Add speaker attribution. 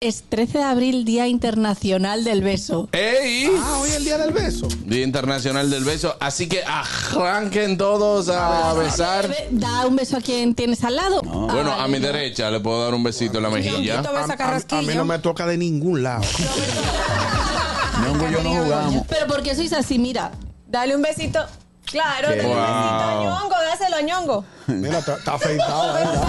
Speaker 1: Es 13 de abril, Día Internacional del Beso.
Speaker 2: ¡Ey!
Speaker 3: Ah, hoy es el día del beso.
Speaker 2: Día Internacional del Beso. Así que arranquen todos a besar.
Speaker 1: Da un beso a quien tienes al lado.
Speaker 2: Bueno,
Speaker 1: Ay,
Speaker 2: a mi
Speaker 1: no.
Speaker 2: derecha le puedo dar un besito en la mejilla.
Speaker 4: Yo ves a
Speaker 3: A, a mí
Speaker 4: Carrasquillo.
Speaker 3: no me toca de ningún lado.
Speaker 5: Ñongo y yo no jugamos.
Speaker 1: Pero ¿por qué sois así? Mira.
Speaker 4: Dale un besito. Claro,
Speaker 5: Qué
Speaker 4: dale un besito a
Speaker 2: guau.
Speaker 4: Ñongo, dáselo a Ñongo.
Speaker 3: Mira, está está afeitado. ahí, ¿verdad?